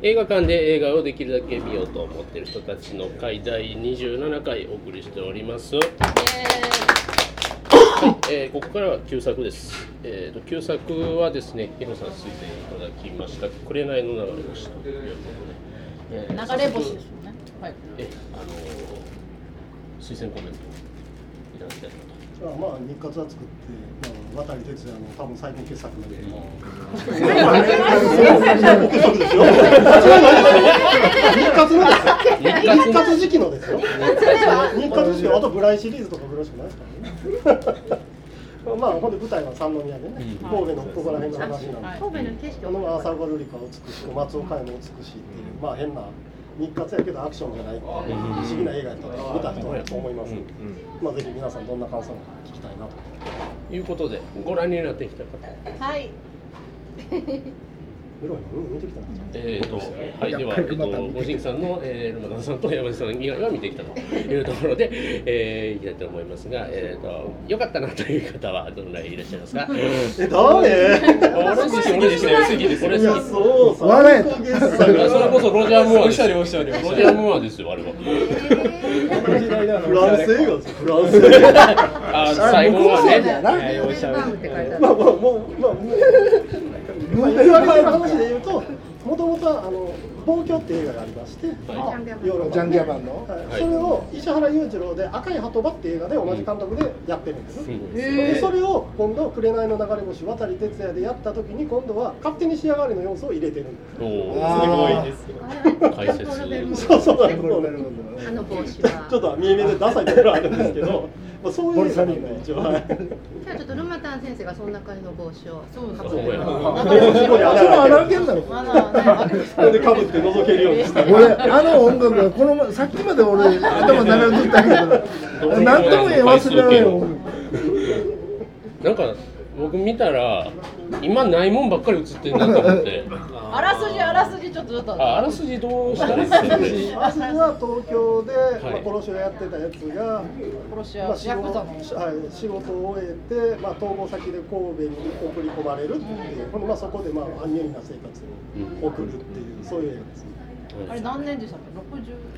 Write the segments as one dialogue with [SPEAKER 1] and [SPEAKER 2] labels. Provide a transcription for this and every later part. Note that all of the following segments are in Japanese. [SPEAKER 1] 映画館で映画をできるだけ見ようと思っている人たちの会第27回お送りしております、えーここからは旧作です、えー、と旧作はですねヒロさん推薦いただきました「紅の流れ星」ということで、えー
[SPEAKER 2] 流れ星ですよね。はい。
[SPEAKER 1] えあのー推薦コメントいただきたいなと
[SPEAKER 3] じゃあまあ日活は作って、まあ、渡哲也の多分最高傑作なんで。僕作ですよ。 日活はないですよ。日活のですよ。日活時期のですよ。日活時期のあとブライシリーズとかよろしくないですかね。まあほんで舞台は三宮でね、神戸のここら辺の話なんで。
[SPEAKER 2] はい
[SPEAKER 4] 神戸の景
[SPEAKER 3] あ
[SPEAKER 4] 色
[SPEAKER 3] の
[SPEAKER 4] を
[SPEAKER 3] 朝ゴルリカは美しく松岡山も美しいっていうまあ変な日活やけどアクションじゃないっていう不思議な映画やったと見た人はそう思います、んでまあぜひ皆さんどんな感想なのか聞きたいなと
[SPEAKER 1] いうことでご覧になってきた方
[SPEAKER 2] はい。
[SPEAKER 3] メロンうん見てきたんですよ
[SPEAKER 1] えーとはい、では、えっと、ごしんさんの、えー、ルマダンさんと山地さん以外は見てきたというところで、えー、いきたいと思いますが、えー、とよかったなという方はどのぐらいいらっしゃいますか
[SPEAKER 3] え誰
[SPEAKER 1] 俺好き俺好き俺好きです俺
[SPEAKER 3] いや
[SPEAKER 1] 好き
[SPEAKER 3] そう
[SPEAKER 5] 笑え
[SPEAKER 3] 最
[SPEAKER 5] た
[SPEAKER 3] 高
[SPEAKER 1] そ
[SPEAKER 3] 傑作
[SPEAKER 1] れこそロジャー・モアですよロジ
[SPEAKER 6] 一人一人
[SPEAKER 1] ャー・モアですよあれは
[SPEAKER 3] フランス映画ですよフランス映画
[SPEAKER 1] あー最後は
[SPEAKER 5] 僕もそうだよ
[SPEAKER 1] ね
[SPEAKER 5] な
[SPEAKER 4] レベルダウンって書いてある
[SPEAKER 3] まあまあもうまあもうまあ言われてる話で言うともともとはあの「望郷」っていう映画がありまして、
[SPEAKER 4] ンギャバン
[SPEAKER 3] ヨーロッパ
[SPEAKER 5] ジャンギャバンの
[SPEAKER 3] はいそれを石原裕次郎で「赤い鳩場」っていう映画で同じ監督でやってるんです、でそれを今度「紅の流れ星」渡哲也でやった時に今度は勝手に仕上がりの要素を入れてるんで
[SPEAKER 1] おー
[SPEAKER 5] あ
[SPEAKER 6] で
[SPEAKER 5] ー
[SPEAKER 6] す
[SPEAKER 1] 解説
[SPEAKER 4] トロベルモン
[SPEAKER 3] すそうそうなんです
[SPEAKER 5] ゴルベルモンド
[SPEAKER 4] あ
[SPEAKER 5] のね
[SPEAKER 4] の帽子
[SPEAKER 3] ちょっ
[SPEAKER 4] は
[SPEAKER 3] と見え目でダサいところあるんですけど、まあ、そういう映画なん
[SPEAKER 5] ボル
[SPEAKER 3] で
[SPEAKER 5] サリーノ
[SPEAKER 3] 一応はい
[SPEAKER 4] じゃあちょっとルマタン先生がそんな感じの帽子を
[SPEAKER 2] そう
[SPEAKER 4] か
[SPEAKER 2] そ
[SPEAKER 4] ぶ
[SPEAKER 2] う
[SPEAKER 4] ってる
[SPEAKER 3] あ
[SPEAKER 5] それ穴開けんだろ
[SPEAKER 2] まだね。
[SPEAKER 3] これでかぶって覗けるようにした
[SPEAKER 5] 俺あの音楽がこのさっきまで俺頭並べとったんだけど何とも言え忘れられん音楽
[SPEAKER 1] なんか僕見たら今ないもんばっかり映ってんなと思って
[SPEAKER 2] あらすじあらすじちょっとちょっと。
[SPEAKER 1] ああらすじどうしたらいいですかね
[SPEAKER 3] あそこは東京で、
[SPEAKER 1] はい
[SPEAKER 3] まあ、殺しをやってたやつが、
[SPEAKER 2] 殺し
[SPEAKER 3] ま
[SPEAKER 2] 屋
[SPEAKER 3] あ、仕
[SPEAKER 2] ヤク
[SPEAKER 3] 事
[SPEAKER 2] ザ
[SPEAKER 3] は
[SPEAKER 2] の。
[SPEAKER 3] い仕事を終えて、まあ、逃亡先で神戸に送り込まれるっていう、ほんでまあ、そこで、まあ、安入な生活を送るっていう、そういう映画ですね。
[SPEAKER 2] あれ何年でしたっけ？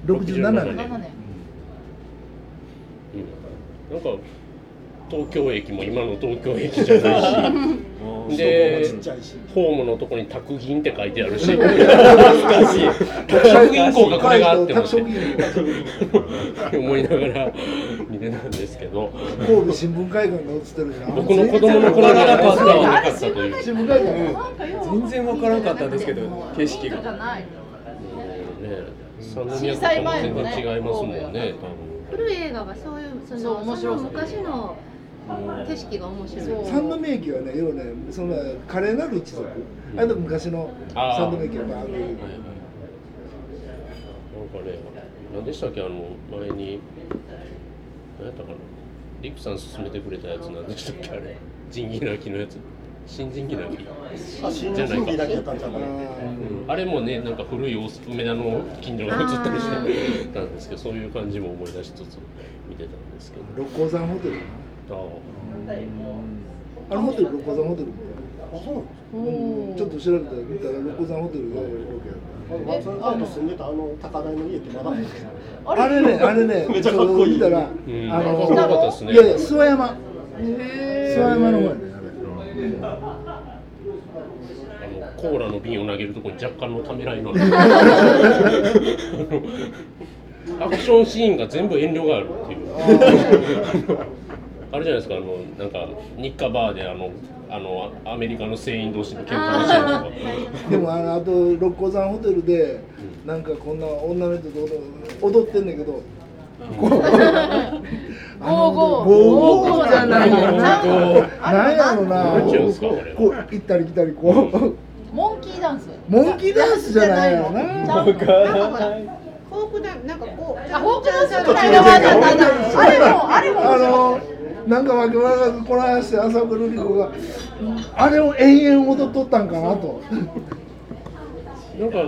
[SPEAKER 2] 六十
[SPEAKER 5] 67年
[SPEAKER 2] 七年。
[SPEAKER 1] うんなんか東京駅も今の東京駅じゃ ないしで
[SPEAKER 3] ちっちゃいし
[SPEAKER 1] ホームのとこに「宅銀」って書いてあるし難しい宅銀行がこれがあっても
[SPEAKER 5] 宅銀
[SPEAKER 1] って思いながら見てたんですけど
[SPEAKER 5] 神戸新聞会館が映ってるじゃん
[SPEAKER 1] 僕の子供の頃にはパスタはなかったという
[SPEAKER 5] 新聞会館
[SPEAKER 6] 全然わからんかったんですけど景色
[SPEAKER 2] じゃ
[SPEAKER 6] が
[SPEAKER 2] ない。
[SPEAKER 1] ね三宮とかも全然違いますもんね
[SPEAKER 4] 古い映画はそういうその
[SPEAKER 2] そう面白
[SPEAKER 4] そ
[SPEAKER 2] そう
[SPEAKER 4] の昔の景色が面白い
[SPEAKER 2] そう
[SPEAKER 5] 三宮駅はね要はねその華麗なる一族あと昔の三宮駅はまああの
[SPEAKER 1] 多分はいはいなんかね何でしたっけあの前に何やったかなリクさん勧めてくれたやつ何でしたっけあれ仁義なきのやつ新仁義なき
[SPEAKER 3] あ新人儀だけやったんじゃない
[SPEAKER 1] あれもね、なんか古い大阪梅田の近所が映ったりしてたんですけど、そういう感じも思い出しつつ見てたんですけど。
[SPEAKER 5] 六甲山ホテル
[SPEAKER 1] あ
[SPEAKER 5] あのホテル六甲山ホテルみ
[SPEAKER 3] あ、そうなんで
[SPEAKER 5] たいなちょっと調べたら見たら六甲山ホテルが
[SPEAKER 3] すか。松岡と住んでたあの高台の家ってまだあるんですか。
[SPEAKER 5] あれね、あれね、
[SPEAKER 3] めっちゃかっこいい
[SPEAKER 5] ちょっと見たら、
[SPEAKER 1] ん
[SPEAKER 5] あ
[SPEAKER 1] かっこよかったっすね
[SPEAKER 5] いやいや、諏訪山。諏訪山の方やね、
[SPEAKER 1] のコーラの瓶を投げるとこに若干のためらいのね。アクションシーンが全部遠慮があるっていう。あれじゃないですか、あの、なんか、日課バーで、あの、あの、アメリカの船員同士の喧嘩のシーンとか。
[SPEAKER 5] あれ。でも、あの、あと六甲山ホテルで、なんかこんな女の人と踊ってんだけど。ゴーゴー。ゴーゴーじゃないよな。なんやろな。
[SPEAKER 1] 何ちゅうんすかこれ
[SPEAKER 5] こう、行ったり来たり、こう。
[SPEAKER 2] モンキーダンス。
[SPEAKER 5] モンキーダンスじゃないよな。
[SPEAKER 6] わからない
[SPEAKER 4] フォークダンなんかこう
[SPEAKER 2] あフォークダンス
[SPEAKER 4] ちゃん
[SPEAKER 2] み
[SPEAKER 4] と
[SPEAKER 2] たいな
[SPEAKER 4] ちゃんと
[SPEAKER 2] あれもあれも
[SPEAKER 5] あのなんかわけわからなくこの話で朝倉瑠璃子があれを延々踊っとったんかなと
[SPEAKER 1] なんか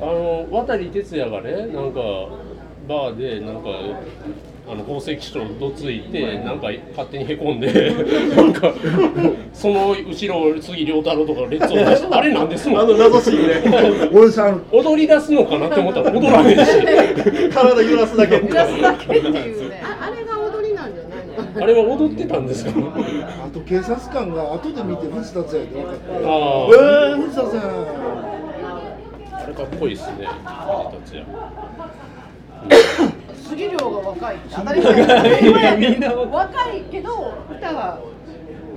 [SPEAKER 1] あの渡哲也がねなんかバーでなんかあの宝石商どついてなんか勝手にへこんで なんかその後ろ杉良太郎とか列を出し てあれなんですもん
[SPEAKER 7] あの謎シーンね
[SPEAKER 5] 俺さあの
[SPEAKER 1] 踊り出すのかなって思ったら踊ら へんし
[SPEAKER 7] 体揺らすだけ
[SPEAKER 2] 揺らすだけっていうね
[SPEAKER 4] ああれが踊りなんじゃないの
[SPEAKER 1] あれは踊ってたんですか
[SPEAKER 5] あと警察官が後で見て藤田さんやで分かっ
[SPEAKER 1] あ
[SPEAKER 5] て
[SPEAKER 1] あ
[SPEAKER 5] えー、藤田さん
[SPEAKER 1] あれかっこいいっすね形や
[SPEAKER 2] 杉量が若いって当たり前やけど当たり前やけど
[SPEAKER 6] みんな若い
[SPEAKER 2] 若いけど歌は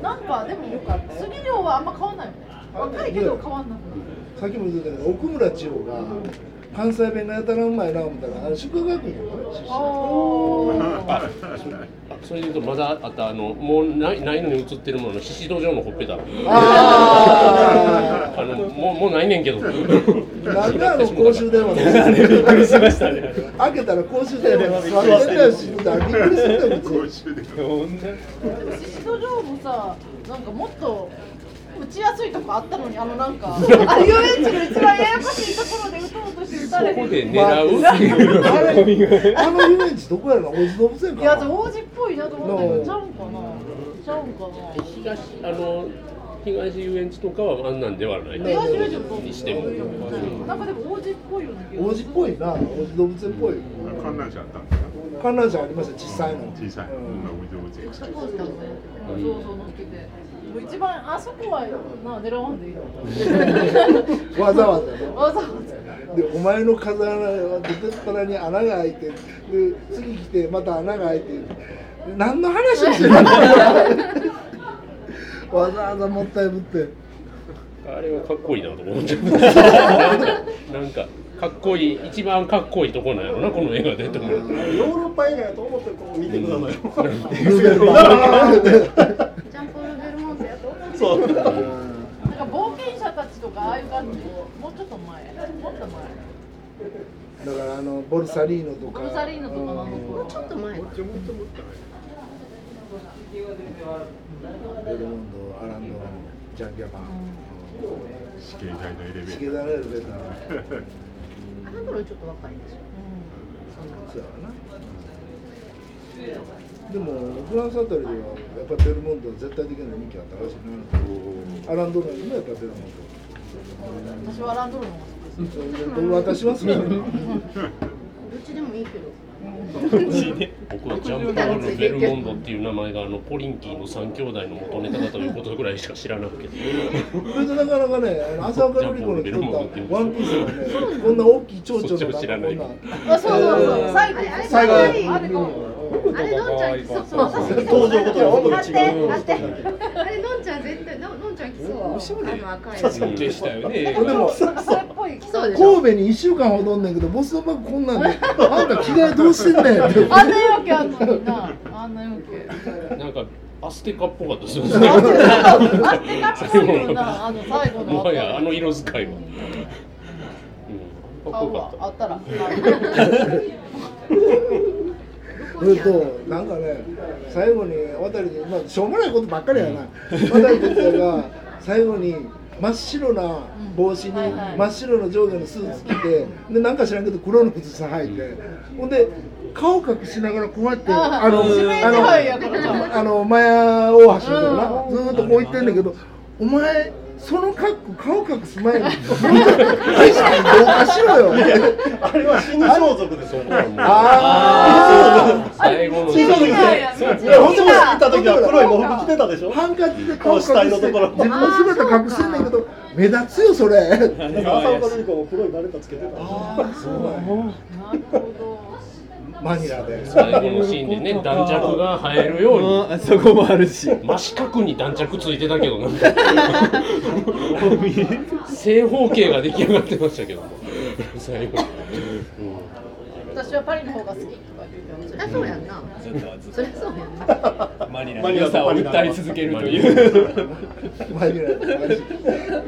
[SPEAKER 2] なんかでもよかった杉量はあんま変わんないよね若いけど変わんなくない
[SPEAKER 5] さっきも言ってたけど奥村千代が関西弁がやたらうまいなみたいなあれ祝賀学院やから出身
[SPEAKER 2] あ
[SPEAKER 1] あそれで言うとまだあったあのもうないないのに映ってるものの宍戸城のほっぺた
[SPEAKER 5] あ
[SPEAKER 1] あのもうもうないねんけど
[SPEAKER 5] ーなんであの公衆電話の
[SPEAKER 6] びっくりしましたね。
[SPEAKER 5] 開けたら公衆電話座ってたやしみたいなびっくりするんだよ
[SPEAKER 2] ーでも宍戸城もさなんかもっと打ちやすいとこあったのにあのなん かあ遊園地の一番ややこしいところで打とうとして打たれ
[SPEAKER 1] ここ
[SPEAKER 2] て
[SPEAKER 1] で狙うっていう
[SPEAKER 5] あれあの遊園地どこやろな大津動物園
[SPEAKER 2] いやじ
[SPEAKER 5] か
[SPEAKER 2] ゃあ
[SPEAKER 5] な
[SPEAKER 2] 王子っぽいなと思ったけどちゃうんかなちゃうんかな
[SPEAKER 1] 東あの東遊園地とかはあんなんではない
[SPEAKER 2] 東遊園地も
[SPEAKER 1] にしても
[SPEAKER 2] なんかでも王子っぽいような気が
[SPEAKER 5] 王子っぽいな王子動物園っぽい
[SPEAKER 8] 観覧車あったんですか
[SPEAKER 5] 観覧車ありました小さいの
[SPEAKER 8] 小さい、うん、お水落ち
[SPEAKER 4] ジェットコースターもね
[SPEAKER 2] そうそう乗ってて。もう一番あそこはな狙わんでいいの。
[SPEAKER 5] わざわざね
[SPEAKER 2] わざわ
[SPEAKER 5] でお前の風穴は出てったらに穴が開いてで次来てまた穴が開いて何の話をしてる のわざわざもったいぶって
[SPEAKER 1] あれはかっこいいなと思っちゃったなんかかっこいい一番かっこいいとこなんやろなこの映画でと思って
[SPEAKER 3] ヨーロッパ以外やと思ってる子見てくださいよ。
[SPEAKER 5] ヌーベルバーグ
[SPEAKER 4] ジャンポール・ベルモンテやと思う
[SPEAKER 7] そう
[SPEAKER 2] ざ。なんか冒険者たちとかああいう感じもうちょっと前、もっと前。
[SPEAKER 5] だからあのボルサリーノとか
[SPEAKER 2] ボルサリーノとかのあの
[SPEAKER 5] うん
[SPEAKER 2] 頃
[SPEAKER 4] ちょっと前か
[SPEAKER 5] ベルモンドアランドジャンギャバン
[SPEAKER 8] 死刑台のエレベ
[SPEAKER 5] うん
[SPEAKER 8] ー
[SPEAKER 5] チ
[SPEAKER 8] タ
[SPEAKER 5] ケ
[SPEAKER 8] ー
[SPEAKER 5] ダレルベター
[SPEAKER 4] あの頃ちょっと若いでしょ
[SPEAKER 5] そうやなでもフランスあたりではやっぱベルモンドは絶対的な人気あったらしいなアランドロンにもやっぱベルモン
[SPEAKER 2] 私はランドルの方が好きです。
[SPEAKER 5] ド渡しますね
[SPEAKER 4] どっちでもいいけど
[SPEAKER 1] 僕はジャンプール・ベルモンドっていう名前があのポリンキーの三兄弟の元ネタだということぐらいしか知らなく て
[SPEAKER 5] それでなかなかねあの浅岡瑠璃子の着とったワンピースがねこんな大きい蝶々の
[SPEAKER 1] そっちも知らない
[SPEAKER 5] こんな
[SPEAKER 2] あ、そうそうそう。最後
[SPEAKER 4] あれ
[SPEAKER 2] 最後
[SPEAKER 4] あれ
[SPEAKER 2] あれかも。
[SPEAKER 4] あれのんちゃんそうそう
[SPEAKER 7] 登場ごとに音が
[SPEAKER 2] 待って
[SPEAKER 7] 違う
[SPEAKER 2] 待って。
[SPEAKER 4] あれのんちゃん絶対ののんちゃん来そうあの赤い
[SPEAKER 6] でしたよね。
[SPEAKER 5] でも
[SPEAKER 2] それっぽい。
[SPEAKER 4] 来そうでしょ
[SPEAKER 5] 神戸に1週間ほどおんねんけどボストンバッグこんなんであんた着替えどうしてんねんって
[SPEAKER 2] あんな容器あんのにな。あんな容器。
[SPEAKER 1] なんかアステカっぽかったですよ
[SPEAKER 2] あ
[SPEAKER 1] ね
[SPEAKER 2] ってかっぽいよな。あの最後
[SPEAKER 1] も
[SPEAKER 2] の。
[SPEAKER 1] はやあの色使いは、うん、かっ
[SPEAKER 2] 顔
[SPEAKER 1] こよ
[SPEAKER 2] は
[SPEAKER 1] か
[SPEAKER 2] あ
[SPEAKER 1] っ
[SPEAKER 2] ったら。
[SPEAKER 5] それとなんかね最後に渡りで、まあ、しょうもないことばっかりやな渡り哲也が最後に真っ白な帽子に
[SPEAKER 2] はいはい
[SPEAKER 5] 真っ白の上下のスーツ着てでなんか知らんけど黒の靴下履いてほんで顔隠しながらこうやって
[SPEAKER 2] あ
[SPEAKER 5] あの
[SPEAKER 2] 指名手配やからちゃう
[SPEAKER 5] あのマヤ大橋のとこ
[SPEAKER 2] う
[SPEAKER 5] なずーっとこう言ってんだけどお前その格好顔隠 す前に意識どうかしろよ
[SPEAKER 7] あれは死ぬ装束ですよ。
[SPEAKER 5] ああ
[SPEAKER 1] た最後の
[SPEAKER 2] 死
[SPEAKER 7] 死
[SPEAKER 2] ぬ
[SPEAKER 7] ぬ装束です
[SPEAKER 2] 装束や
[SPEAKER 7] ね。いや、本当に行った時は黒い喪服着てたでしょ。
[SPEAKER 5] ハンカチで顔隠し
[SPEAKER 7] こう死
[SPEAKER 5] て
[SPEAKER 7] 体
[SPEAKER 5] 自
[SPEAKER 7] のところ
[SPEAKER 5] 分の姿隠してんだけど目立つよそれ
[SPEAKER 3] なんか朝岡瑠璃子も黒い誰かつけてた。
[SPEAKER 2] なるほど。
[SPEAKER 5] マニラで
[SPEAKER 1] 最後のシーンでね弾着が生えるように
[SPEAKER 6] あそこもあるし。
[SPEAKER 1] 真四角に弾着ついてたけどなんか正方形が出来上がってましたけども最後、
[SPEAKER 2] 私はパリの方が好きとか言っ
[SPEAKER 4] そりゃ
[SPEAKER 2] て
[SPEAKER 4] そうやんな
[SPEAKER 6] ずっとずっ
[SPEAKER 4] そりゃそうやんな
[SPEAKER 6] とマニラの良さを訴え続けるという。
[SPEAKER 5] マニラで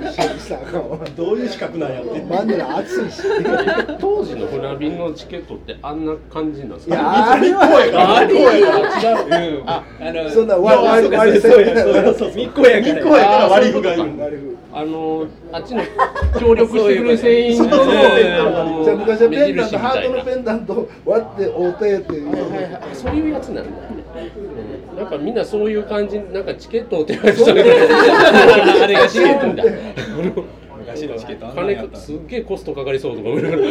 [SPEAKER 5] 一緒にしたらあかんわ
[SPEAKER 7] どういう資格なんやって。
[SPEAKER 5] マニラ暑いし
[SPEAKER 1] うん当時の船便のチケットってあんな感じなんです
[SPEAKER 5] い
[SPEAKER 1] か
[SPEAKER 5] やあれは
[SPEAKER 6] あ違う。あの
[SPEAKER 5] そんな
[SPEAKER 6] わ
[SPEAKER 5] 割り割り
[SPEAKER 6] そうやそうや。密航やから。
[SPEAKER 7] 一個やから割り符がいるんだ。
[SPEAKER 5] 割り符
[SPEAKER 1] あのあっちの協力してくれる船員との
[SPEAKER 6] そういうことね
[SPEAKER 1] あの
[SPEAKER 5] じゃあ昔はペンダ
[SPEAKER 1] 目
[SPEAKER 5] ン
[SPEAKER 1] 印
[SPEAKER 5] ト
[SPEAKER 1] み
[SPEAKER 5] ハ
[SPEAKER 1] た
[SPEAKER 5] ー
[SPEAKER 1] い
[SPEAKER 5] トの
[SPEAKER 1] な
[SPEAKER 5] ペンダンんと割っておうてっていう、
[SPEAKER 1] あそういうやつなんだ、うん、なんかみんなそういう感じなんかチケットを手配したみたいなあれがチケットみたいな
[SPEAKER 6] 昔のチケットあんなんや
[SPEAKER 1] 金
[SPEAKER 6] っ
[SPEAKER 1] か
[SPEAKER 6] た
[SPEAKER 1] すっげえコストかかりそうとか思いながら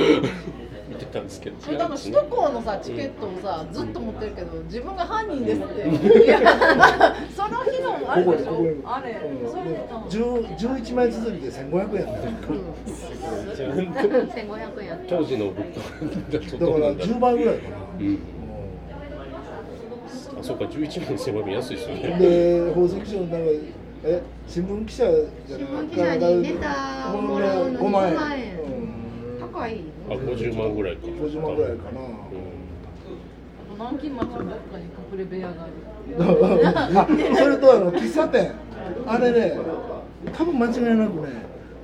[SPEAKER 1] 見てたんですけど
[SPEAKER 2] それ多分首都高のさチケットをさずっと持ってるけど自分が犯人ですっていや その日のあれでしょあれそれで多分
[SPEAKER 5] 10 11枚続きで1500円なんだよ
[SPEAKER 4] 千五百円やって。
[SPEAKER 1] 当時の物価がちょっ
[SPEAKER 5] だ
[SPEAKER 1] と
[SPEAKER 5] か
[SPEAKER 1] な
[SPEAKER 5] ら
[SPEAKER 1] んだ
[SPEAKER 5] 10倍ぐらいか
[SPEAKER 1] うんあそうか11万1000円安いですよ
[SPEAKER 5] な
[SPEAKER 1] ね
[SPEAKER 5] で宝石商の中でえ新聞記者じゃ
[SPEAKER 4] 新
[SPEAKER 5] ない
[SPEAKER 4] 聞記者にネタをもらうのに
[SPEAKER 5] 5万円
[SPEAKER 4] 五万円
[SPEAKER 5] うん
[SPEAKER 4] 高い。
[SPEAKER 1] あ50万ぐらいか
[SPEAKER 5] 50万ぐらい かな
[SPEAKER 2] 南京町のどっかに隠れ部屋がある
[SPEAKER 5] あそれとあの喫茶店あれね多分間違いなくね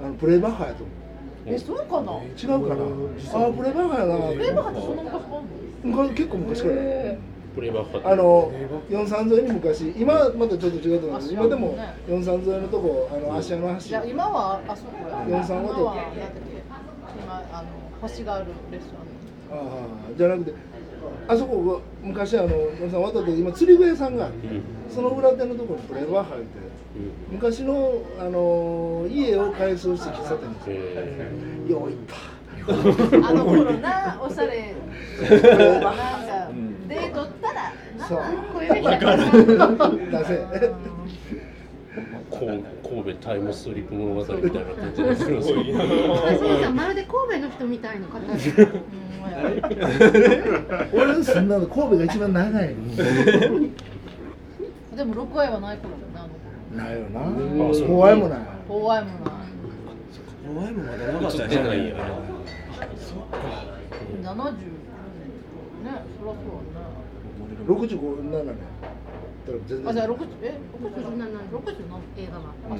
[SPEAKER 5] あのプレバハやと思う
[SPEAKER 2] えそうかな
[SPEAKER 5] 違うかなあプレバハやな
[SPEAKER 2] プレーバーってそんな昔からあんの
[SPEAKER 5] 昔結構昔からや
[SPEAKER 1] プレバッハ
[SPEAKER 5] あの四三沿いに昔今はまたちょっと違うと思うんですけど今でも
[SPEAKER 2] あ
[SPEAKER 5] 四三沿いのとこあの芦屋の
[SPEAKER 2] いや
[SPEAKER 5] 橋
[SPEAKER 2] 今はあそこや
[SPEAKER 5] 四三
[SPEAKER 2] 今
[SPEAKER 5] 五と
[SPEAKER 2] はなんだっけ今あの星があるレストラ
[SPEAKER 5] ああじゃなくてあそこが昔あの四三渡って今釣り具屋さんがある
[SPEAKER 1] うん
[SPEAKER 5] その裏手のところにプレバーハって
[SPEAKER 1] うん
[SPEAKER 5] 昔のあの家を改装して喫茶店です
[SPEAKER 1] え
[SPEAKER 5] よう行った
[SPEAKER 2] ンあの頃なおしゃれなんかデートったらな
[SPEAKER 5] そう
[SPEAKER 4] こういうべきだから。
[SPEAKER 5] なぜ
[SPEAKER 1] ーこう神戸タイムスリップ物語みたいな感じでするんですよ
[SPEAKER 4] あそうさんまるで神戸の人みたいな方。
[SPEAKER 2] うんまや
[SPEAKER 5] 俺の住んだの神戸が一番長い
[SPEAKER 2] でも6愛はない頃だなあの頃
[SPEAKER 5] ないよな
[SPEAKER 1] あそう
[SPEAKER 5] 怖いもない
[SPEAKER 2] 怖いもんな
[SPEAKER 6] 怖いのまだなかった
[SPEAKER 1] 映
[SPEAKER 6] ん
[SPEAKER 1] って
[SPEAKER 6] じゃ
[SPEAKER 1] な
[SPEAKER 6] ないい
[SPEAKER 1] や
[SPEAKER 6] や
[SPEAKER 1] な
[SPEAKER 2] 70ねそりゃそうだね
[SPEAKER 5] 六十五七年。だから全然
[SPEAKER 2] あじゃあ60え
[SPEAKER 4] そんな
[SPEAKER 2] 67
[SPEAKER 4] の
[SPEAKER 2] 60の映画が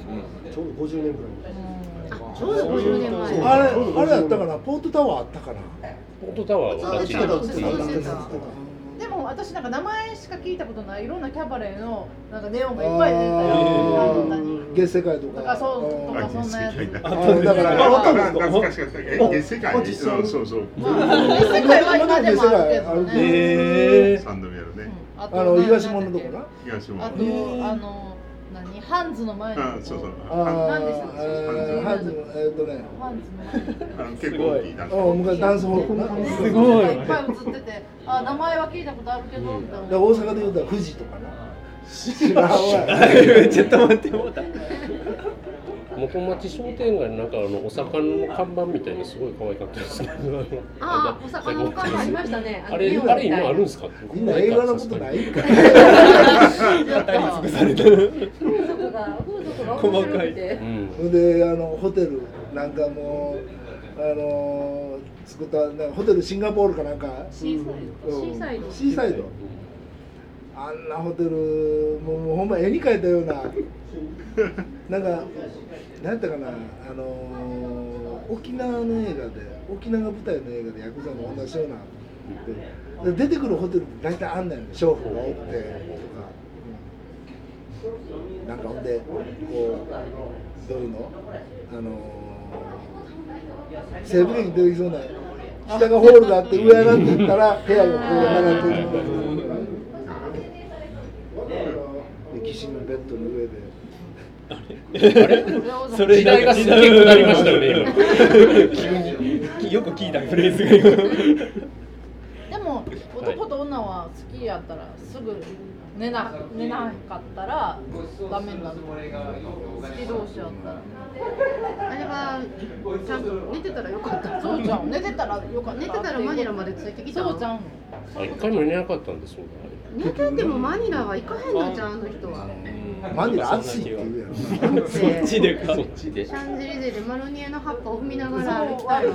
[SPEAKER 7] ちょうど50年ぐらい前
[SPEAKER 4] あちょうど50年前。
[SPEAKER 5] あれあれだったかなポートタワーあったかな。
[SPEAKER 1] ポートタワーはバッチリ
[SPEAKER 2] 映ってた映ってたでも私なんか名前しか聞いたことないいろんなキャバレーのなんかネオンがいっぱい出てたよあの何
[SPEAKER 5] 月世界とか。
[SPEAKER 2] とかそうと
[SPEAKER 8] あ
[SPEAKER 2] かそんなや
[SPEAKER 8] 月世
[SPEAKER 2] つ
[SPEAKER 8] 界だ
[SPEAKER 5] あーだから
[SPEAKER 7] あわかるんですか
[SPEAKER 8] 懐かしかったえ月世界
[SPEAKER 7] あ
[SPEAKER 8] ね
[SPEAKER 7] 実際
[SPEAKER 8] そうそうそう
[SPEAKER 2] まあ世界は今でもあるけどね
[SPEAKER 6] え
[SPEAKER 8] 三度目やるね
[SPEAKER 2] あ
[SPEAKER 5] あの東門のとこな。
[SPEAKER 8] 東も
[SPEAKER 2] あとあの何ハンズの前の
[SPEAKER 8] あそうそう
[SPEAKER 5] あ
[SPEAKER 2] 何でし
[SPEAKER 5] ー
[SPEAKER 2] たっけ
[SPEAKER 5] えーハンズえーっとね。
[SPEAKER 2] ハンズの前に
[SPEAKER 8] あの結構大きいな
[SPEAKER 5] あー昔ダンスホールな。
[SPEAKER 2] ね
[SPEAKER 6] すごい
[SPEAKER 2] いっぱい映っててあ名前は聞いたことあるけどって
[SPEAKER 5] で
[SPEAKER 2] 思っ
[SPEAKER 5] 大阪で言うたら富士とかな。知らんわ。
[SPEAKER 6] ー、ちょっと待ってもうた
[SPEAKER 1] 元町商店街のなんかあのお魚の看板みたいにすごい可愛かったですね。
[SPEAKER 4] ああお魚の缶もありましたね。
[SPEAKER 1] あれあれ今あるんですか？
[SPEAKER 5] みんな映画のことない
[SPEAKER 1] い。
[SPEAKER 5] んか。
[SPEAKER 4] 風俗が風俗が面白くて
[SPEAKER 1] う。ん。
[SPEAKER 5] であのホテルなんかもうあのー作ったなんかホテルシンガポールかなんか。
[SPEAKER 4] シーサイド。シーサイド。
[SPEAKER 5] シーサイドあんなホテルもうもうほんま絵に描いたようななんか何やったかなあのー沖縄の映画で沖縄が舞台の映画でヤクザも同じようなで出てくるホテル大体あんねん娼婦がおってとか、うんなんかほんでこうどういうのあのー西部劇に出てきそうな下がホールがあって上上がっていったら部屋がこう並んでいくで岸のベッドの上で
[SPEAKER 2] て
[SPEAKER 6] それ
[SPEAKER 1] 時代がすっげえ下りましたよね
[SPEAKER 6] 今よく聞いたフレーズが今
[SPEAKER 2] でも男と女は好きやったらすぐ寝な寝なかったらダメになる好き同士やったら
[SPEAKER 4] あれはちゃんと寝てたらよかった。
[SPEAKER 2] そうじゃん寝てたらよかった
[SPEAKER 4] 寝てたらマニラまでついてきた。
[SPEAKER 2] そうじゃん
[SPEAKER 1] 今。一回も寝なかったんですよね。
[SPEAKER 4] 寝ててもマニラは行かへんのじゃんあの人は。
[SPEAKER 5] マニラ暑いって言うやろ
[SPEAKER 4] だって
[SPEAKER 6] そっちでか
[SPEAKER 1] そっちで
[SPEAKER 4] シ。ャンゼリゼでマロニエの葉っぱを踏みながら歩きたい。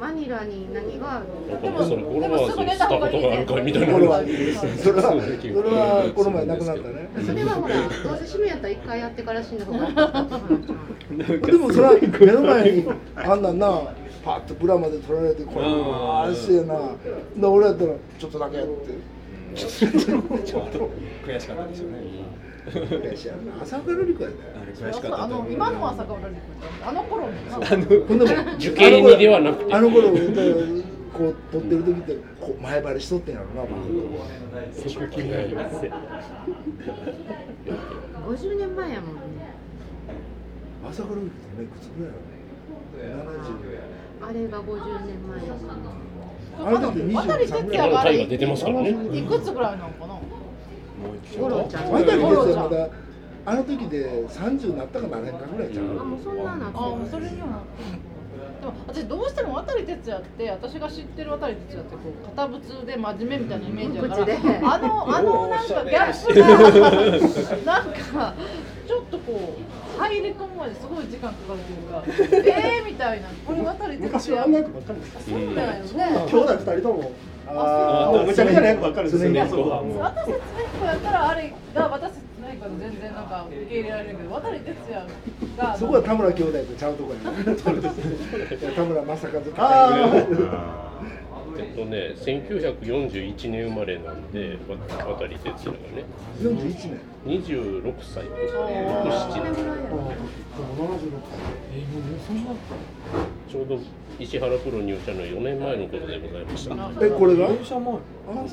[SPEAKER 4] マニラに何がある
[SPEAKER 1] なんかもうその語呂合わせでしたことがあるかみたいな。
[SPEAKER 5] これはそれはそれはこの前亡くなったね
[SPEAKER 4] それはほら、どうせ趣味やったら一回やってから死んだ方がいいって話じ
[SPEAKER 5] でもそれは目の前にあんなんなパッとブラまで取られてこれああしてやなで俺やったらちょっとだけやって
[SPEAKER 6] ちょっと悔しかったでしょうね
[SPEAKER 5] いや知らんな朝倉瑠璃子やで
[SPEAKER 6] あれ悔しかった
[SPEAKER 2] あの今のは坂浦里子ちゃんあの頃もな
[SPEAKER 5] ほんでも
[SPEAKER 1] 受験にではなくて
[SPEAKER 5] あの頃あの頃こう撮ってる時ってこう前張りしとってんやろな、バンドは
[SPEAKER 1] そこ気になりますね
[SPEAKER 4] 50年前やもんね
[SPEAKER 5] 朝倉美ってねいくつぐらいなの70
[SPEAKER 4] あれが50年前やもんね
[SPEAKER 5] あれだって
[SPEAKER 2] 渡り
[SPEAKER 5] 23
[SPEAKER 2] 哲
[SPEAKER 5] ぐ
[SPEAKER 2] 也
[SPEAKER 5] らい
[SPEAKER 2] があれ
[SPEAKER 1] 出てますからね
[SPEAKER 2] いくつぐらいなのかなゴロちゃん
[SPEAKER 5] あれだけ
[SPEAKER 2] ゴロちゃ
[SPEAKER 5] ま
[SPEAKER 2] ん
[SPEAKER 5] だあの時で30なったかなれんかぐらいじゃ
[SPEAKER 4] あ
[SPEAKER 5] ん
[SPEAKER 4] もうそんなな
[SPEAKER 2] あ
[SPEAKER 4] ってる
[SPEAKER 2] もうそれにはなってるでも私どうしても渡哲也って私が知ってる渡哲也ってこう堅物で真面目みたいなイメージだか
[SPEAKER 4] 無口で
[SPEAKER 2] らあのあのなんかギャ ップがなんかちょっとこう入り込むまですごい時間かかるというかえーみたいなこれ渡哲也
[SPEAKER 3] 昔はあんな役ばっかりですよ
[SPEAKER 2] そうだよ
[SPEAKER 3] 兄
[SPEAKER 2] ね
[SPEAKER 3] 弟二人とも
[SPEAKER 5] あ
[SPEAKER 7] もうむちゃくちゃな役ばっかりですよね。
[SPEAKER 5] 常にそうだ
[SPEAKER 2] 私たちねこうやったらあれが私たちねこう全然なんか受け入れられるけど渡哲也が
[SPEAKER 5] そこは田村兄弟とちゃうとこやな田村正和と
[SPEAKER 3] あ
[SPEAKER 5] か
[SPEAKER 8] あ
[SPEAKER 1] えっとね1941年生まれなんでわ渡哲也がね
[SPEAKER 5] 41年
[SPEAKER 1] 26歳ですかね
[SPEAKER 4] それ
[SPEAKER 1] 67
[SPEAKER 4] ぐらいやろ
[SPEAKER 1] ちょうど石原プロ入社の4年前のことでございました
[SPEAKER 2] な
[SPEAKER 5] えこれがあ
[SPEAKER 6] 入社前
[SPEAKER 5] あそうなの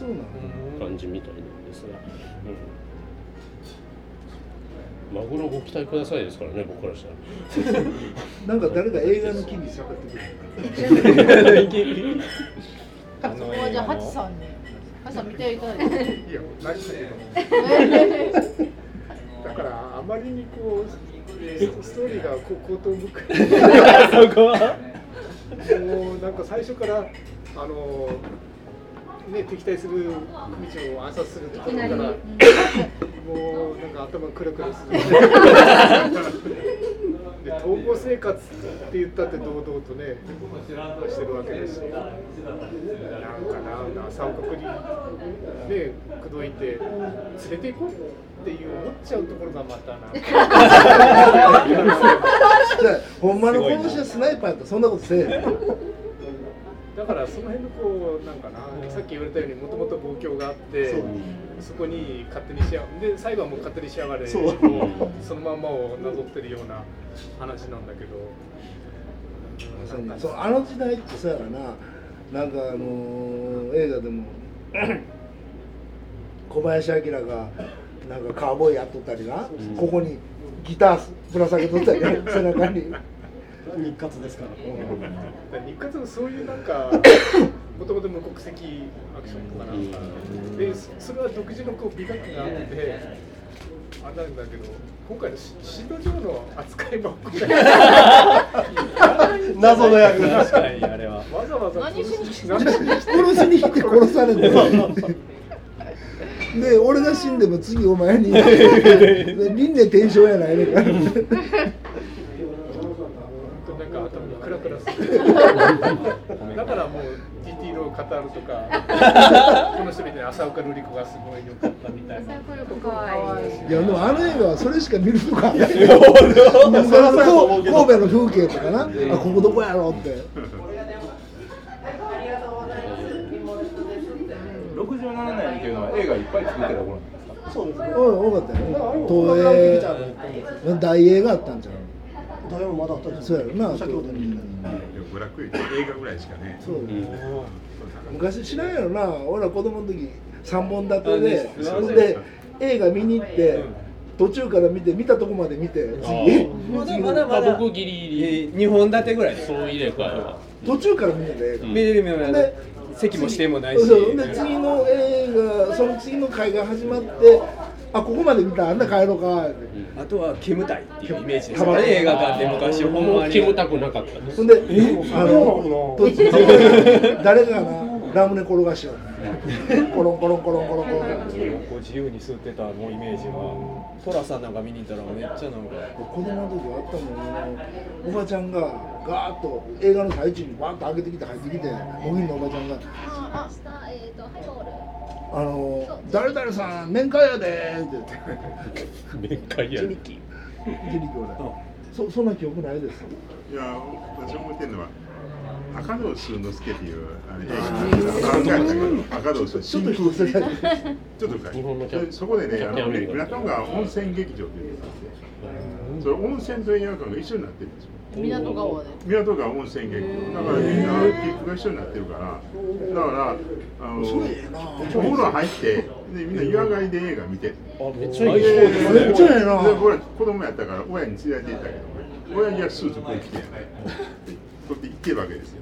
[SPEAKER 1] 感じみたいなんですが、うん、マグロご期待くださいですからね僕からしたら
[SPEAKER 5] なんか誰か映画の気に喋ってくれ
[SPEAKER 6] あの
[SPEAKER 2] そこはじゃあハチさんにハチさん見ていただいて
[SPEAKER 8] ーいや何してんの
[SPEAKER 9] だからあまりにこうスストーリーがこう高等深
[SPEAKER 6] そこはい
[SPEAKER 9] もうなんか最初からあのね敵対する組長を暗殺するところから
[SPEAKER 4] いきな
[SPEAKER 9] も
[SPEAKER 4] り
[SPEAKER 9] うなんか頭クラクラするで統合生活って言ったって堂々とねしてるわけだしなんかな三国にね口説いて連れて行こうっていう思っちゃうところがまたなんか。
[SPEAKER 5] じゃあほんまの殺しはスナイパーやったらそんなことせえへん
[SPEAKER 9] だからその辺のこうなんかなさっき言われたようにもともと望郷があって
[SPEAKER 7] そう
[SPEAKER 9] そこに勝手にしやで最後はもう勝手にしやがれ
[SPEAKER 7] そう
[SPEAKER 9] そのまんまをなぞってるような話なんだけど
[SPEAKER 5] まさにそうあの時代ってさやらななんかあのー映画でも 小林明がなんかカウボーイやっとったりな、ここにギターぶら下げとったりな 背中に
[SPEAKER 7] 日活ですから。
[SPEAKER 9] だから日活のそういうなんかもともと無国籍アクションとかなんかでそそれは独自のこう美学があってあれなんだけど今回のしシード上の扱いばっか り
[SPEAKER 7] 謎の役。
[SPEAKER 6] 確かにあれは
[SPEAKER 9] わざわざ
[SPEAKER 2] 何しに来
[SPEAKER 9] 何しに来て
[SPEAKER 5] 殺しに来て殺さ れてで俺が死んでも次お 前にで輪廻転生やないねんから
[SPEAKER 9] なんか頭がクラクラする。だからもう GT のカタールとか、この人みたいに浅岡瑠璃子がすごい良かったみたいな。
[SPEAKER 4] 朝倉子かわいい
[SPEAKER 5] いやでもあの映画はそれしか見るとかない
[SPEAKER 7] いや俺は
[SPEAKER 5] 神
[SPEAKER 7] そりゃそうやと思うけど
[SPEAKER 5] 戸の風景とかな、あここどこやろうって
[SPEAKER 6] 67年っていうのは映画いっぱい作ってた頃なんですか
[SPEAKER 3] そうですね
[SPEAKER 5] うん多かったよ
[SPEAKER 3] だからあれ
[SPEAKER 5] ね
[SPEAKER 3] も東
[SPEAKER 5] 東
[SPEAKER 3] 映の
[SPEAKER 5] 映大映があったんじゃん
[SPEAKER 3] 土曜もまだ二人
[SPEAKER 5] そうやろな
[SPEAKER 3] 先ほどに
[SPEAKER 8] でもブラックエイト映画ぐらいしかね
[SPEAKER 5] そう昔知らんやろな俺ら子供の時3本立てで
[SPEAKER 6] あね
[SPEAKER 5] ほんで映画見に行って途中から見て見たとこまで見て
[SPEAKER 1] あ
[SPEAKER 5] 次
[SPEAKER 1] ー
[SPEAKER 6] まだまだまだ
[SPEAKER 1] 僕ギリギリ
[SPEAKER 6] えー二本立てぐらいです
[SPEAKER 1] そう入れ替えは
[SPEAKER 5] 途中から見るんだよ映画
[SPEAKER 1] ん
[SPEAKER 6] 見れる目もない
[SPEAKER 5] で
[SPEAKER 6] 席も指定もないし
[SPEAKER 5] そうで次の映画その次の回が始まってあここまで見たあんな帰ろうかって
[SPEAKER 6] あとは煙たいっていうイメージですかね映画館で昔ほん
[SPEAKER 1] も
[SPEAKER 6] ま
[SPEAKER 1] う
[SPEAKER 6] に
[SPEAKER 1] 煙たくなかったです
[SPEAKER 5] ほんで、あの、途中で誰かがな、ラムネ転がしよう。コロンコロンコロンコロンコロン。
[SPEAKER 6] こう自由に吸ってたもうイメージはトラさんなんか見に行ったらめっちゃなんか
[SPEAKER 5] 子供の時あったもん、ね、おばちゃんがガーッと映画の最中にバーッと上げてきて入ってきて、おぎんのおばちゃんが、
[SPEAKER 2] あ
[SPEAKER 5] あの、誰々さん、面会やでーって言って、
[SPEAKER 1] 面会やる
[SPEAKER 5] ギリギリ俺。そそんな記憶ないです。
[SPEAKER 8] いや私思ってんのは赤堂周之助っていうあれ映画考えたけど赤堂周
[SPEAKER 5] ちょっと人世代
[SPEAKER 8] ちょっと深い
[SPEAKER 1] 日本のキャプ
[SPEAKER 8] そこでね、あ
[SPEAKER 1] キャプテンア
[SPEAKER 8] の
[SPEAKER 1] メ
[SPEAKER 8] ね
[SPEAKER 1] リカ
[SPEAKER 8] 村上が温泉劇場っていうのがあって、それ温泉と映画館が一緒になってるんですよ
[SPEAKER 2] 港川で。
[SPEAKER 8] 港が温泉劇だからみんなピックが一緒になってるからだからあの
[SPEAKER 5] それええな
[SPEAKER 8] お風呂入ってでみんな岩貝で映画見て
[SPEAKER 1] めっちゃいい
[SPEAKER 6] ええ
[SPEAKER 5] めっちゃええな
[SPEAKER 8] で俺子供やったから親に連れて行ったけど親にはスーツこう着てやない取って行ってるわけですよ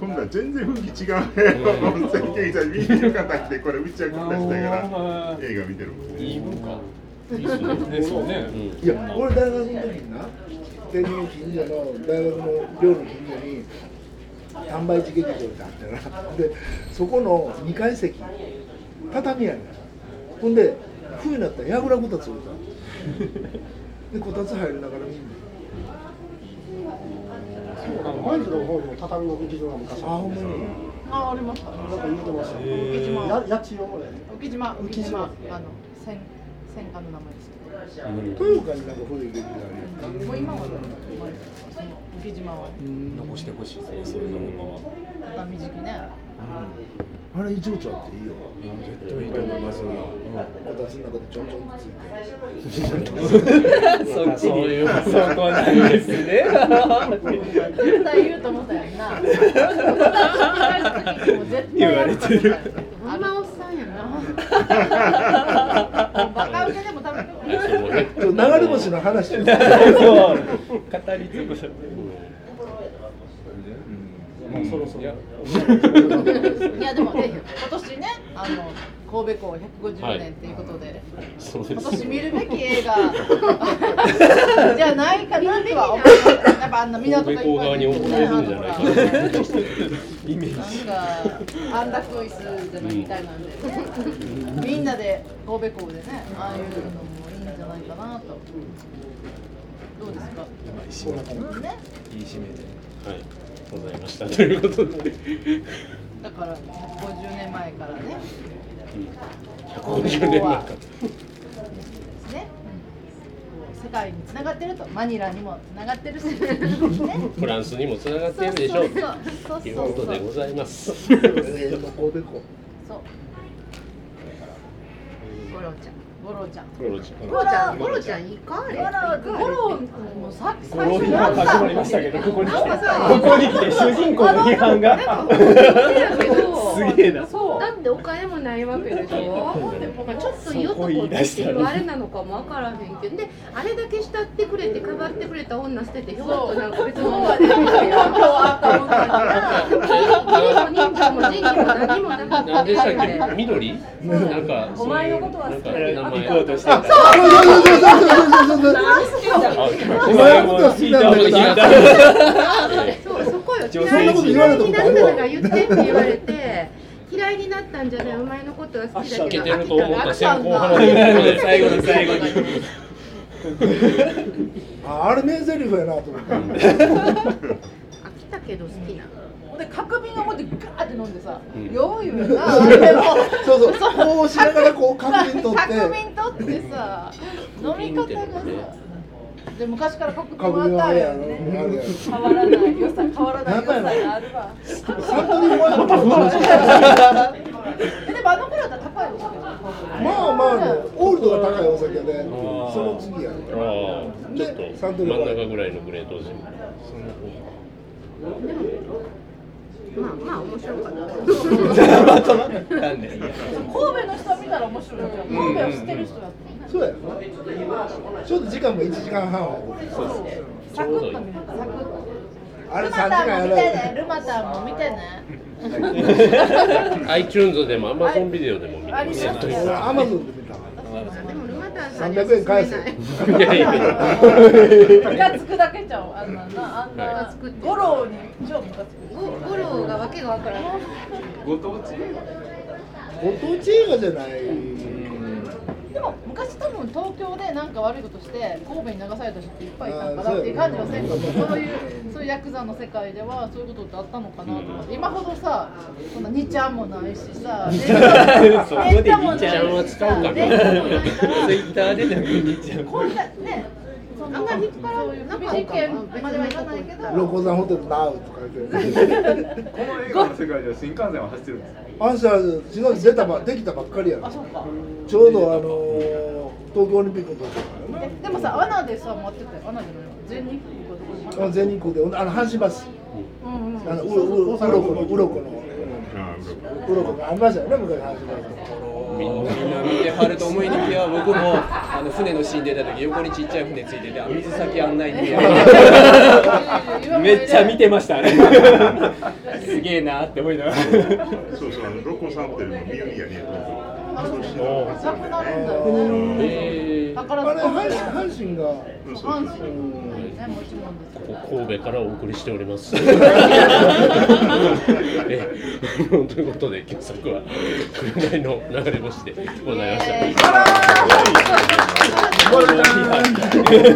[SPEAKER 8] 今度は全然雰囲気違うね温泉劇場に見てよかったってこれうちはこんなしたいから映画見てるもんね
[SPEAKER 6] いい文化いいっすねですよね
[SPEAKER 5] いや俺大学の時にな天皇近所の大学の寮の近所に丹波市劇場ってあったなでそこの2階席畳やねんほんで冬になったら櫓こたつ置いたでこたつ入りながら見んねん
[SPEAKER 3] マイルの方にも畳の劇場が昔
[SPEAKER 5] あ
[SPEAKER 3] あ
[SPEAKER 5] ほんまに
[SPEAKER 2] あ、ありました。
[SPEAKER 3] なんか言うてましたよ
[SPEAKER 2] 浮島。
[SPEAKER 3] や家賃をもらえ
[SPEAKER 2] 浮島。浮
[SPEAKER 3] 浮
[SPEAKER 2] 島
[SPEAKER 3] 島。
[SPEAKER 2] あの、戦、戦艦の名前ですけ
[SPEAKER 5] 豊岡になんか古い劇場あるやん
[SPEAKER 2] ど。もう今は。その浮島は。
[SPEAKER 6] 残してほしいですねそういうのは
[SPEAKER 2] 畳敷きね。
[SPEAKER 5] あれ一応ちゃっていいよ
[SPEAKER 6] 絶対いいと思います
[SPEAKER 5] こたつの中でちょんちょんついて
[SPEAKER 6] そっちにそこにです ね
[SPEAKER 2] 絶対言うと思ったやんな。畳敷きの時にも絶対やると思ったやん
[SPEAKER 4] ほんまおっさんやな。
[SPEAKER 2] もうバカ受けでも多分。
[SPEAKER 5] ちょ流れ星の話で
[SPEAKER 6] そう語り尽くし
[SPEAKER 7] もうそろそろ。
[SPEAKER 2] いやでもね今年ねあの神戸港150年っていうことで、
[SPEAKER 1] そうで
[SPEAKER 2] 今
[SPEAKER 1] す
[SPEAKER 2] 年見るべき映 画じゃないかなとは思いますやっぱあんな港がいっぱい
[SPEAKER 1] 神戸港側に溺れるんじゃないかな
[SPEAKER 6] イメージ
[SPEAKER 2] なんかアンダクイスじゃないみたいなんで、みんなで神戸港でねああいうのもいいんじゃないかなとどうですか、ね、
[SPEAKER 6] いい締めで
[SPEAKER 1] はいございましたということで
[SPEAKER 2] だから50年前からね
[SPEAKER 1] 150年前か
[SPEAKER 2] ね、世界につながってるとマニラにもつながってるし、ね、
[SPEAKER 1] フランスにもつながってるでしょう
[SPEAKER 2] そうそうそう
[SPEAKER 1] ということでございます
[SPEAKER 5] えーと神戸 港
[SPEAKER 2] そう
[SPEAKER 4] ゴロちゃん。
[SPEAKER 2] ゴロちゃん
[SPEAKER 1] ゴロちゃん
[SPEAKER 4] ゴロちゃん、ゴロちゃん、いかれ。
[SPEAKER 2] ゴロもうさ
[SPEAKER 6] ゴロ批判始まりましたけどここに来て
[SPEAKER 4] なんか
[SPEAKER 6] こ
[SPEAKER 4] さ
[SPEAKER 6] こに来て主人公の批判がすげえな
[SPEAKER 2] そう
[SPEAKER 4] だってお金もないわけでしょなんかちょっといい男っていうあれなのかもわからへんけどであれだけ慕ってくれてかばってくれた女捨ててひょこっとなんか別の女に義理も人情も人気も何もなかった
[SPEAKER 1] 何でした
[SPEAKER 4] みたい
[SPEAKER 1] っけ緑なんかお前のことは好きだよ
[SPEAKER 6] 行こうとしてた
[SPEAKER 5] あそうそうそうそうそうそうそう
[SPEAKER 6] お前も聞いたも聞いた
[SPEAKER 4] そうそこよ
[SPEAKER 6] 女
[SPEAKER 4] 嫌
[SPEAKER 6] 性
[SPEAKER 4] い
[SPEAKER 6] 陣
[SPEAKER 4] になったから言ってって言われて嫌いになったんじゃないお前のことは好きだけ
[SPEAKER 1] け
[SPEAKER 4] ど
[SPEAKER 1] てると思ったら先行
[SPEAKER 4] が
[SPEAKER 1] 払う
[SPEAKER 6] 最後の最後に
[SPEAKER 5] ああれ名台詞やなと思って
[SPEAKER 4] 飽きたけど好きな
[SPEAKER 2] ほんで角瓶を持ってガーって飲んでさ
[SPEAKER 1] ん
[SPEAKER 2] よう言うよなあれも
[SPEAKER 5] そうそうこうしながらこう確認取って
[SPEAKER 2] 角瓶取ってさ飲み方がさで昔から角瓶
[SPEAKER 5] 確
[SPEAKER 2] はあっ
[SPEAKER 5] 認
[SPEAKER 2] た
[SPEAKER 5] あ
[SPEAKER 2] ん
[SPEAKER 5] れや
[SPEAKER 2] や
[SPEAKER 5] ろ
[SPEAKER 2] ね
[SPEAKER 5] あれやろ
[SPEAKER 2] 変わらない良さ変わらない良さがあるわ。
[SPEAKER 5] サントリーもやっぱ
[SPEAKER 2] えでもあの頃だったら高いお酒じゃん。
[SPEAKER 5] まあまあオールドが高いお酒でその次やろ
[SPEAKER 1] ああちょっと真ん中ぐらいのグレートジム
[SPEAKER 4] まあまあ面白かった
[SPEAKER 6] なんで
[SPEAKER 2] 神戸の人は見たら面白いよ。神戸を知ってる人だった
[SPEAKER 5] そうやろちょっと時間も1時間半は
[SPEAKER 2] もんね。サクッと見る。サクッと。
[SPEAKER 5] あれ
[SPEAKER 2] ル
[SPEAKER 5] 3
[SPEAKER 2] マ
[SPEAKER 5] 時
[SPEAKER 2] タンも見
[SPEAKER 5] 間やら
[SPEAKER 2] てね
[SPEAKER 5] れ。
[SPEAKER 2] ルマタンも見て ね。
[SPEAKER 1] iTunes でも Amazon ビデオでも見れ
[SPEAKER 2] あり
[SPEAKER 1] ま
[SPEAKER 2] ますす
[SPEAKER 1] よ
[SPEAKER 5] 俺アマゾンで見た
[SPEAKER 4] でもルマタンさんには
[SPEAKER 5] 300円返せ
[SPEAKER 4] 勧めない
[SPEAKER 1] いやいや
[SPEAKER 2] ムカつくだけじゃん。あんななあんなゴロに超ムカつく。
[SPEAKER 4] ゴゴロがわけがわからない
[SPEAKER 5] ご当地映画じゃない
[SPEAKER 2] でも昔多分東京でなんか悪いことして神戸に流された人っていっぱいいたんかなっていう感じはせんけどそういうそういうヤクザの世界ではそういうことってあったのかなとか今ほどさそんな2ちゃんもないしさデータデータもないし
[SPEAKER 1] ちゃんは使うかな
[SPEAKER 2] データもないから
[SPEAKER 6] ツイッターでなんか見ちゃう
[SPEAKER 2] こんなねそんな引っ張られる首事件まではいかないけ
[SPEAKER 5] ロ
[SPEAKER 2] ど
[SPEAKER 5] コザンホテルナウとか言って
[SPEAKER 10] この映画の世界では新幹線は走ってるんです
[SPEAKER 5] あんしゃ違う出たばできたばっかりやろ
[SPEAKER 2] あそうか
[SPEAKER 5] ちょうどあのー東京オリンピックの時だからな
[SPEAKER 2] えでもさ、アナでさ、待ってたよ。アナじゃないの全日空か どこか
[SPEAKER 5] あの全日空であの阪神バス
[SPEAKER 2] うんうん
[SPEAKER 5] あのうろうろうろこのうろこの
[SPEAKER 8] あーうろ
[SPEAKER 5] うろ
[SPEAKER 8] こ
[SPEAKER 5] こがありましたよね昔阪神バ
[SPEAKER 6] みんな見てはると思いにきや僕もあの船のシーン出た時横にちっちゃい船ついててあ水先案内にめっちゃ見てましたあれすげえなって思いながら
[SPEAKER 8] そうそう、あのロコサンテルのミユリやね、東京。
[SPEAKER 2] なくなるんだよ
[SPEAKER 5] ス
[SPEAKER 1] え
[SPEAKER 2] だから
[SPEAKER 5] あ
[SPEAKER 2] こ
[SPEAKER 5] れ
[SPEAKER 2] そ
[SPEAKER 5] 阪神阪神が
[SPEAKER 8] うんそう
[SPEAKER 2] 阪
[SPEAKER 8] そうそう
[SPEAKER 2] 神ね、もちろんですけど
[SPEAKER 1] ー、神戸からお送りしております。えーということで、今作は、紅の流れ星でございました。
[SPEAKER 2] えー
[SPEAKER 5] あらー